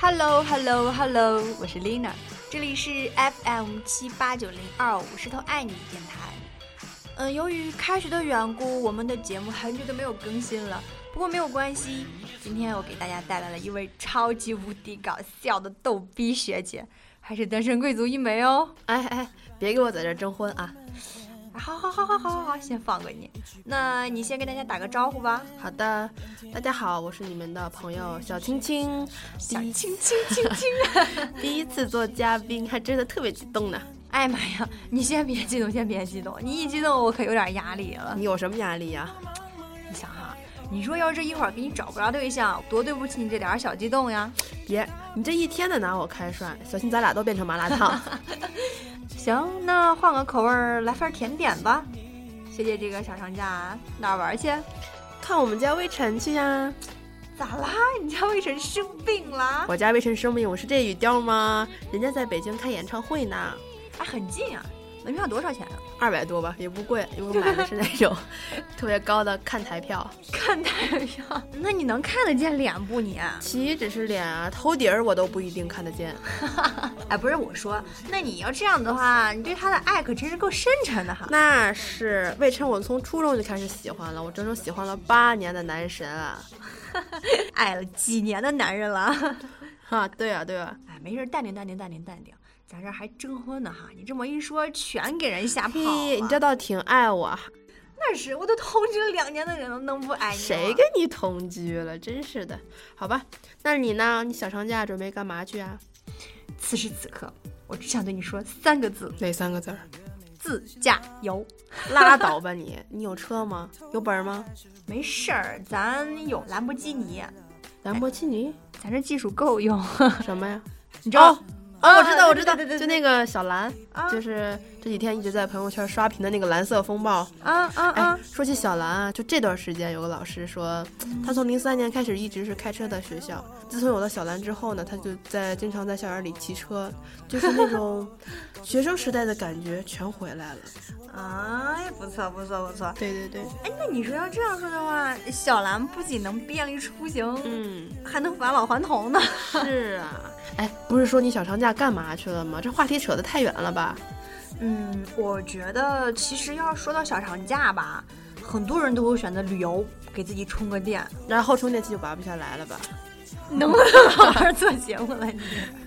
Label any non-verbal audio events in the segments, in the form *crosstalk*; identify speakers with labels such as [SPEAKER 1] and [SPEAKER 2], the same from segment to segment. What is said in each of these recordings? [SPEAKER 1] Hello Hello Hello，我是 Lina，这里是 FM 七八九零二五石头爱你电台。嗯，由于开学的缘故，我们的节目很久都没有更新了。不过没有关系，今天我给大家带来了一位超级无敌搞笑的逗逼学姐，还是单身贵族一枚哦。
[SPEAKER 2] 哎哎，别给我在这儿征婚啊！
[SPEAKER 1] 好好好好好好好，先放过你。那你先跟大家打个招呼吧。
[SPEAKER 2] 好的，大家好，我是你们的朋友小青青，
[SPEAKER 1] 小
[SPEAKER 2] 第一
[SPEAKER 1] 青青青青，
[SPEAKER 2] 第一次做嘉宾，还真的特别激动呢。
[SPEAKER 1] *laughs* 哎妈呀，你先别激动，先别激动，你一激动我可有点压力了。
[SPEAKER 2] 你有什么压力呀、啊
[SPEAKER 1] 你想哈、你说要是这一会儿给你找不着对象，多对不起你这点儿小激动呀。
[SPEAKER 2] 别，你这一天的拿我开涮，小心咱俩都变成麻辣烫。
[SPEAKER 1] 行，那换个口味儿，来份儿甜点吧。学姐这个小长假啊哪儿玩儿去？
[SPEAKER 2] 看我们家魏晨去呀！
[SPEAKER 1] 咋啦？你家魏晨生病啦？
[SPEAKER 2] 我家魏晨生病，我是这语调吗？人家在北京开演唱会呢，
[SPEAKER 1] 哎，很近啊，门票多少钱啊？ *laughs*
[SPEAKER 2] 二百多吧，也不贵，因为我买的是那种特别高的看台票。
[SPEAKER 1] 看太阳，那你能看得见脸不你？
[SPEAKER 2] 岂止是脸啊，头底儿我都不一定看得见。
[SPEAKER 1] 哎，不是我说，那你要这样的话，你对他的爱可真是够深沉的哈。
[SPEAKER 2] 那是魏晨，我从初中就开始喜欢了，我整整喜欢了八年的男神啊！
[SPEAKER 1] 哎爱了几年的男人了。
[SPEAKER 2] 哈，对啊，对啊，
[SPEAKER 1] 哎，没事儿，淡定淡定淡定淡定，咱这儿还征婚呢哈！你这么一说，全给人吓跑
[SPEAKER 2] 嘿，你
[SPEAKER 1] 了。
[SPEAKER 2] 这倒挺爱我啊，
[SPEAKER 1] 那是我都同居了两年的人了，能不爱你吗？
[SPEAKER 2] 谁跟你同居了？真是的，好吧，那你呢？你小长假准备干嘛去啊？
[SPEAKER 1] 此时此刻，我只想对你说三个字：
[SPEAKER 2] 哪三个字儿？
[SPEAKER 1] 自驾游。
[SPEAKER 2] 拉倒吧你！ *laughs* 你有车吗？有本儿吗？
[SPEAKER 1] 没事儿，咱有兰博基尼，
[SPEAKER 2] 兰博基尼？
[SPEAKER 1] 咱这技术够用。
[SPEAKER 2] 什么呀？
[SPEAKER 1] 你知道？
[SPEAKER 2] 哦哦，我知道，
[SPEAKER 1] 啊
[SPEAKER 2] 我知道，
[SPEAKER 1] 对对对对
[SPEAKER 2] 就那个小蓝，
[SPEAKER 1] 啊
[SPEAKER 2] 就是这几天一直在朋友圈刷屏的那个蓝色风暴。
[SPEAKER 1] 啊啊
[SPEAKER 2] 哎
[SPEAKER 1] 啊！，
[SPEAKER 2] 说起小兰啊，就这段时间有个老师说，他从零三年开始一直是开车的学校。自从有了小兰之后呢，他就在经常在校园里骑车，就是那 *laughs* 种学生时代的感觉全回来了。
[SPEAKER 1] 哎，不错不错不错。
[SPEAKER 2] 对对对，
[SPEAKER 1] 哎，那你说要这样说的话，小兰不仅能便利出行，
[SPEAKER 2] 嗯，
[SPEAKER 1] 还能返老还童呢。
[SPEAKER 2] 是啊。哎，不是说你小长假干嘛去了吗？这话题扯得太远了吧？
[SPEAKER 1] 嗯，我觉得其实要说到小长假吧，很多人都会选择旅游，给自己充个 *laughs* 电，
[SPEAKER 2] 然后充电器就拔不下来了吧？
[SPEAKER 1] 能不能好好做节目了你？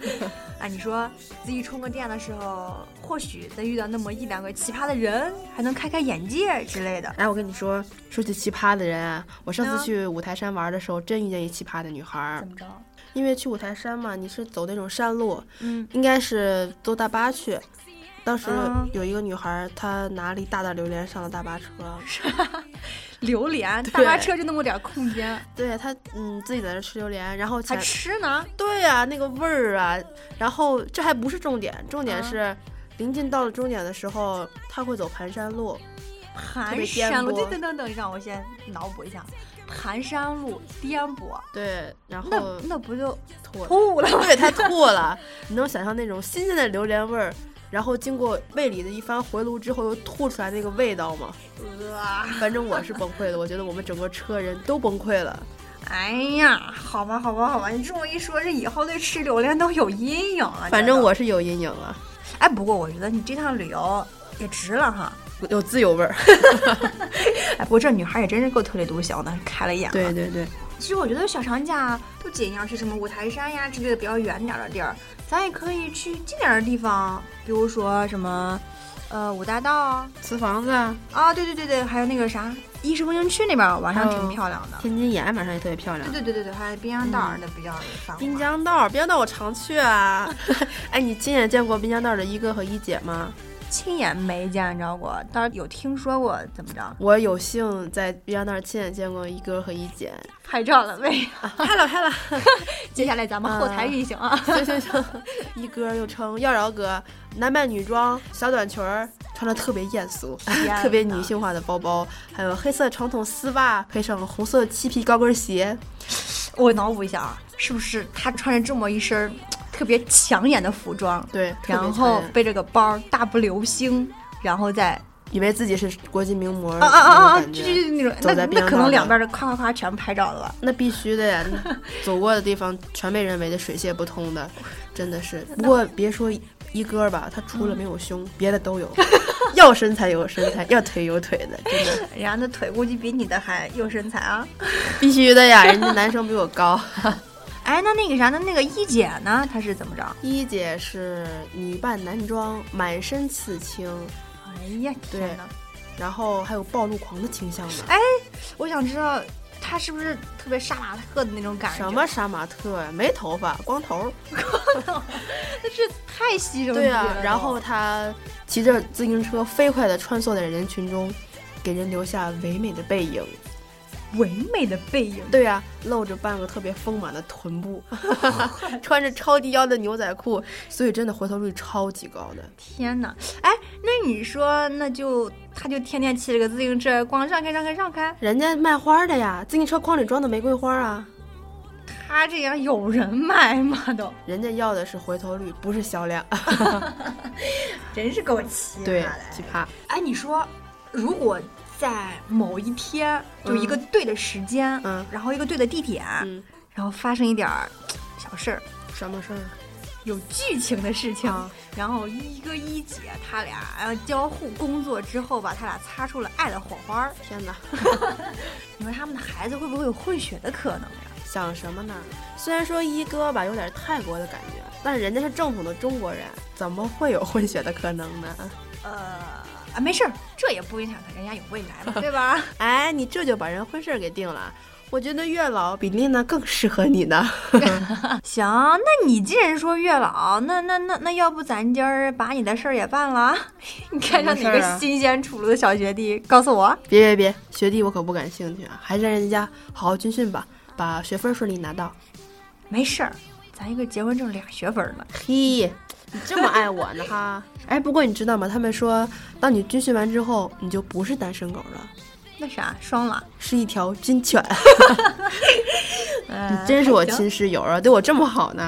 [SPEAKER 1] *laughs* 啊，你说自己充个电的时候，或许再遇到那么一两个奇葩的人，还能开开眼界之类的。
[SPEAKER 2] 哎，我跟你说，说起奇葩的人啊，我上
[SPEAKER 1] 嗯
[SPEAKER 2] 次去五台山玩的时候，真遇见一奇葩的女孩儿
[SPEAKER 1] 怎。么着？
[SPEAKER 2] 因为去五台山嘛，你是走那种山路，
[SPEAKER 1] 嗯，
[SPEAKER 2] 应该是坐大巴去。当时
[SPEAKER 1] 嗯
[SPEAKER 2] 有一个女孩儿，她拿了一大袋榴莲上了大巴车。
[SPEAKER 1] 榴莲，大
[SPEAKER 2] 对
[SPEAKER 1] 巴车就那么点儿空间，
[SPEAKER 2] 对她，嗯，自己在那吃榴莲，然后
[SPEAKER 1] 还
[SPEAKER 2] 前
[SPEAKER 1] 吃呢？
[SPEAKER 2] 对啊，那个味儿啊，然后这还不是重点，重点
[SPEAKER 1] 啊
[SPEAKER 2] 是、临近到了终点的时候，她会走盘山路。
[SPEAKER 1] 盘
[SPEAKER 2] 别颠
[SPEAKER 1] 山路，
[SPEAKER 2] 簸
[SPEAKER 1] 等等等等，让我先脑补一下，盘山路颠簸，
[SPEAKER 2] 对，然
[SPEAKER 1] 那
[SPEAKER 2] 后
[SPEAKER 1] 那不就
[SPEAKER 2] 吐了，
[SPEAKER 1] 吐 *laughs* 了吗？
[SPEAKER 2] 对，她吐了。 *laughs* 你能想象那种新鲜的榴莲味儿，然后经过胃里的一番回炉之后又吐出来那个味道吗？
[SPEAKER 1] 啊
[SPEAKER 2] 反正我是崩溃了，我觉得我们整个车人都崩溃了。
[SPEAKER 1] 哎呀，好吧，好吧，好吧，你这么一说，这以后对吃榴莲都有阴影了。
[SPEAKER 2] 反正
[SPEAKER 1] 这都，
[SPEAKER 2] 我是有阴影了，
[SPEAKER 1] 哎，不过我觉得你这趟旅游也值了哈。
[SPEAKER 2] 有自由味儿。
[SPEAKER 1] 哎，不过这女孩也真是够特立独行的，开了眼。，
[SPEAKER 2] 对对对，
[SPEAKER 1] 其实我觉得小长假不仅要去什么五台山呀之类的比较远点儿的地儿，咱也可以去近点儿的地方，比如说什么，呃，五大道啊，
[SPEAKER 2] 瓷房子啊，
[SPEAKER 1] 啊，对对对对，还有那个啥衣食风情区那边儿晚上挺
[SPEAKER 2] 嗯
[SPEAKER 1] 漂亮的。
[SPEAKER 2] 天津沿晚上也特别漂亮
[SPEAKER 1] 对。对对对对，还有滨江道儿那比较繁华。
[SPEAKER 2] 嗯滨江道，滨江道我常去啊。 *laughs* 哎，你亲眼见过滨江道的一哥和一姐吗？
[SPEAKER 1] 亲眼没见着过，倒是有听说过，怎么着？
[SPEAKER 2] 我有幸在滨江道亲眼见过一哥和一 *laughs* 姐。
[SPEAKER 1] 拍照了没？
[SPEAKER 2] *laughs* 嗨了嗨了，
[SPEAKER 1] *laughs*
[SPEAKER 2] 嗯
[SPEAKER 1] 接下来咱们后台运行啊。 *laughs*
[SPEAKER 2] 行行行，一哥又称妖娆哥，男扮女装，小短裙儿，穿的特别艳俗，
[SPEAKER 1] 呐
[SPEAKER 2] 特别女性哎化的包包，还有黑色传统丝袜，配上红色漆皮高跟鞋，
[SPEAKER 1] 我脑补一下啊，是不是他穿着这么一身儿特别抢眼的服装，
[SPEAKER 2] 对，特别
[SPEAKER 1] 然
[SPEAKER 2] 穿
[SPEAKER 1] 后
[SPEAKER 2] 人
[SPEAKER 1] 背着个包，大步流星，然后在
[SPEAKER 2] 以为自己是国际名模
[SPEAKER 1] 啊啊啊
[SPEAKER 2] 那
[SPEAKER 1] 啊！
[SPEAKER 2] 种
[SPEAKER 1] 就
[SPEAKER 2] 嗯感觉
[SPEAKER 1] 就是那种，
[SPEAKER 2] 走
[SPEAKER 1] 那
[SPEAKER 2] 在冰
[SPEAKER 1] 那
[SPEAKER 2] 箱
[SPEAKER 1] 可能
[SPEAKER 2] 上
[SPEAKER 1] 两
[SPEAKER 2] 的
[SPEAKER 1] 边的夸夸夸全拍照了。
[SPEAKER 2] 那必须的呀，你 *laughs* 走过的地方全被认为的水泄不通的，真的是。不过别说一哥吧，他除了没有胸，别的 *laughs* 都有，要身材有身材，要腿有腿的，真 *laughs* 的
[SPEAKER 1] 人家那腿估计比你的还有身材啊！
[SPEAKER 2] 必须的呀。人家男生比我高。
[SPEAKER 1] 哎，那那个啥，那那个一姐呢？她是怎么着？
[SPEAKER 2] 一姐是女扮男装，满身刺青，
[SPEAKER 1] 哎呀，天
[SPEAKER 2] 对
[SPEAKER 1] 哪！
[SPEAKER 2] 然后还有暴露狂的倾向呢。
[SPEAKER 1] 我想知道她是不是特别杀马特的那种感觉？
[SPEAKER 2] 什么杀马特呀？没头发，光头儿。
[SPEAKER 1] 那这太牺牲自己
[SPEAKER 2] 对啊
[SPEAKER 1] 了，
[SPEAKER 2] 然
[SPEAKER 1] 都
[SPEAKER 2] 后他骑着自行车飞快地穿梭在人群中，给人留下唯美的背影。
[SPEAKER 1] 唯美的背影，
[SPEAKER 2] 对啊呀、露着半个特别丰满的臀 *laughs* 部，穿着超低腰的牛仔裤，所以真的回头率超级高的。
[SPEAKER 1] 天哪！哎，那你说，那就她就天天骑着个自行车，光让开让开让开，
[SPEAKER 2] 人家卖花的呀，自行车筐里装的玫瑰花啊，
[SPEAKER 1] 她这样有人买吗？都
[SPEAKER 2] 人家要的是回头率，不是销量。
[SPEAKER 1] 真是够奇葩
[SPEAKER 2] 对
[SPEAKER 1] 的。，
[SPEAKER 2] 奇葩。
[SPEAKER 1] 哎，你说，如果在某一天，就一个对的时间，
[SPEAKER 2] 嗯
[SPEAKER 1] 然后一个对的地点，
[SPEAKER 2] 嗯，
[SPEAKER 1] 然后发生一点儿小事儿，
[SPEAKER 2] 什么事儿？
[SPEAKER 1] 有剧情的事情，
[SPEAKER 2] 啊
[SPEAKER 1] 然后一哥一姐他俩呃交互工作之后吧，他俩擦出了爱的火花儿。
[SPEAKER 2] 天哪！
[SPEAKER 1] 你说他们的孩子会不会有混血的可能呀？
[SPEAKER 2] 想什么呢？虽然说一哥吧有点泰国的感觉，但是人家是正统的中国人，怎么会有混血的可能呢？
[SPEAKER 1] 呃，啊，没事儿，这也不影响他人家有未来嘛， *laughs* 对吧？
[SPEAKER 2] 哎，你这就把人婚事儿给定了。我觉得月老比丽娜更适合你呢。 *laughs*
[SPEAKER 1] 行，那你既然说月老，那那那那要不咱今儿把你的事儿也办了啊？ *laughs* 你看上哪
[SPEAKER 2] 什么
[SPEAKER 1] 个
[SPEAKER 2] 事儿啊
[SPEAKER 1] 新鲜出炉的小学弟？告诉我。
[SPEAKER 2] 别别别，学弟我可不感兴趣啊，还是让人家好好军训吧，把学分顺利拿到。
[SPEAKER 1] 没事儿，咱一个结婚证俩学分呢。
[SPEAKER 2] 嘿，你这么爱我呢哈？ *laughs* 哎，不过你知道吗？他们说，当你军训完之后，你就不是单身狗了，
[SPEAKER 1] 那啥，双了。
[SPEAKER 2] 是一条军犬。
[SPEAKER 1] 嗯
[SPEAKER 2] *laughs* 你啊真是我
[SPEAKER 1] 还行
[SPEAKER 2] 亲室友啊，对我这么好呢。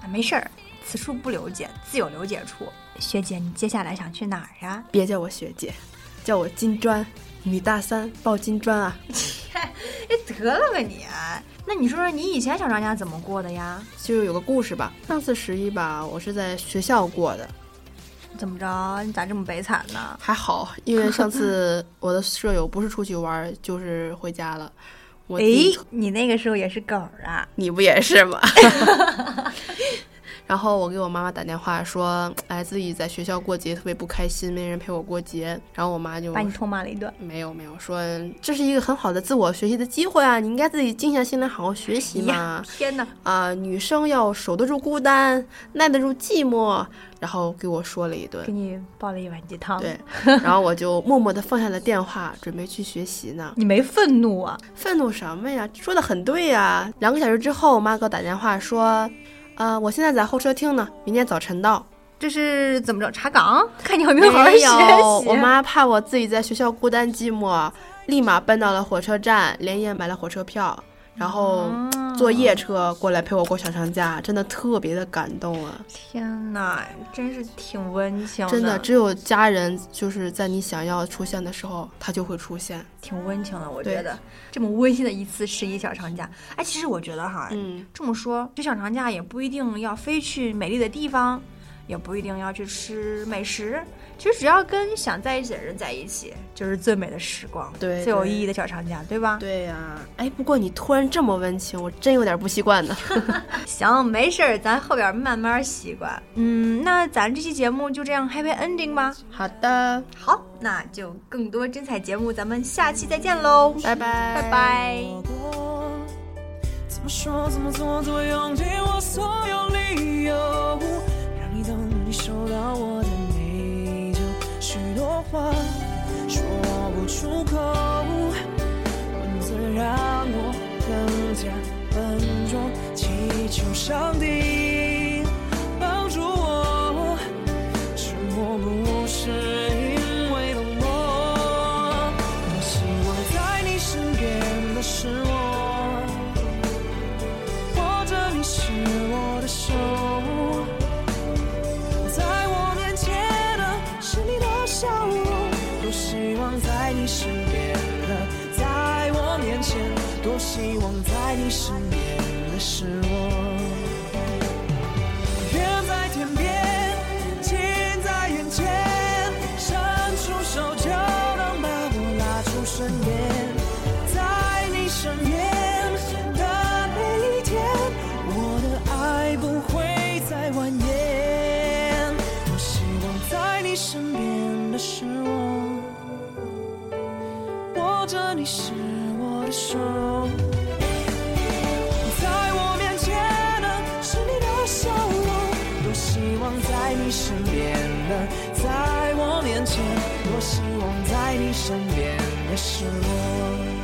[SPEAKER 1] 啊没事儿，此处不留姐，自有留姐处。学姐，你接下来想去哪儿呀？
[SPEAKER 2] 别叫我学姐，叫我金砖，女大三抱金砖啊！
[SPEAKER 1] 哎，得了吧你！那你说说你以前小长假怎么过的呀？
[SPEAKER 2] 就有个故事吧，上次十一吧，我是在学校过的，
[SPEAKER 1] 怎么着？你咋这么悲惨呢？
[SPEAKER 2] 还好，因为
[SPEAKER 1] *laughs*
[SPEAKER 2] 上次我的舍友不是出去玩儿，就是回家了。我自己
[SPEAKER 1] 哎，你那个时候也是狗儿啊？
[SPEAKER 2] 你不也是吗？ *laughs* 然后我给我妈妈打电话说，哎，自己在学校过节特别不开心，没人陪我过节。然后我妈就
[SPEAKER 1] 把你痛骂了一顿。
[SPEAKER 2] 没有没有说这是一个很好的自我学习的机会啊，你应该自己静下心来好好学习
[SPEAKER 1] 哎呀
[SPEAKER 2] 嘛。
[SPEAKER 1] 天哪！
[SPEAKER 2] 啊、女生要守得住孤单，耐得住寂寞。然后给我说了一顿
[SPEAKER 1] 给，你煲了一碗鸡汤。
[SPEAKER 2] 对，然后我就默默地放下了电话，准备去学习呢。
[SPEAKER 1] 你没愤怒啊？
[SPEAKER 2] 愤怒什么呀？说的很对呀、两个小时之后，我妈给我打电话说，呃，我现在在候车厅呢，明天早晨到。
[SPEAKER 1] 这是怎么着？查岗？看你有没有好好学习。啊
[SPEAKER 2] 有，我妈怕我自己在学校孤单寂寞，立马奔到了火车站，连夜买了火车票，然后
[SPEAKER 1] 啊
[SPEAKER 2] 坐夜车过来陪我过小长假，真的特别的感动啊！
[SPEAKER 1] 天哪，真是挺温情
[SPEAKER 2] 真的，只有家人就是在你想要出现的时候，他就会出现。
[SPEAKER 1] 挺温情的。我
[SPEAKER 2] 对
[SPEAKER 1] 觉得这么温馨的一次十一小长假，哎，其实我觉得哈，
[SPEAKER 2] 嗯，
[SPEAKER 1] 这么说，这小长假也不一定要非去美丽的地方，也不一定要去吃美食。其实只要跟想在一起的人在一起，就是最美的时光，
[SPEAKER 2] 对
[SPEAKER 1] 最有
[SPEAKER 2] 对
[SPEAKER 1] 意义的小长假，对吧？
[SPEAKER 2] 对呀、哎，不过你突然这么温情，我真有点不习惯呢。
[SPEAKER 1] 行，没事儿，咱后边慢慢习惯。嗯，那咱这期节目就这样 happy ending 吧。
[SPEAKER 2] 好的，
[SPEAKER 1] 好，那就更多精彩节目，咱们下期再见喽，
[SPEAKER 2] 拜拜，
[SPEAKER 1] 拜。拜。
[SPEAKER 3] 我过，怎么说怎么做都用尽我所有理由，让你懂你收到我的美酒。许多话说不出口，文字让我更加笨拙，祈求上帝帮助我。沉默不是因为冷漠，我希望在你身边的是我，握着你是我的手，在我面前的是你的笑容。失眠的是我。远在天边，近在眼前，伸出手就能把我拉出身边，在你身边的每一天，我的爱不会再蜿蜒。多希望在你身边的是我，握着你是我的手。在我面前的是你的笑容，多希望在你身边的，在我面前，多希望在你身边的是我。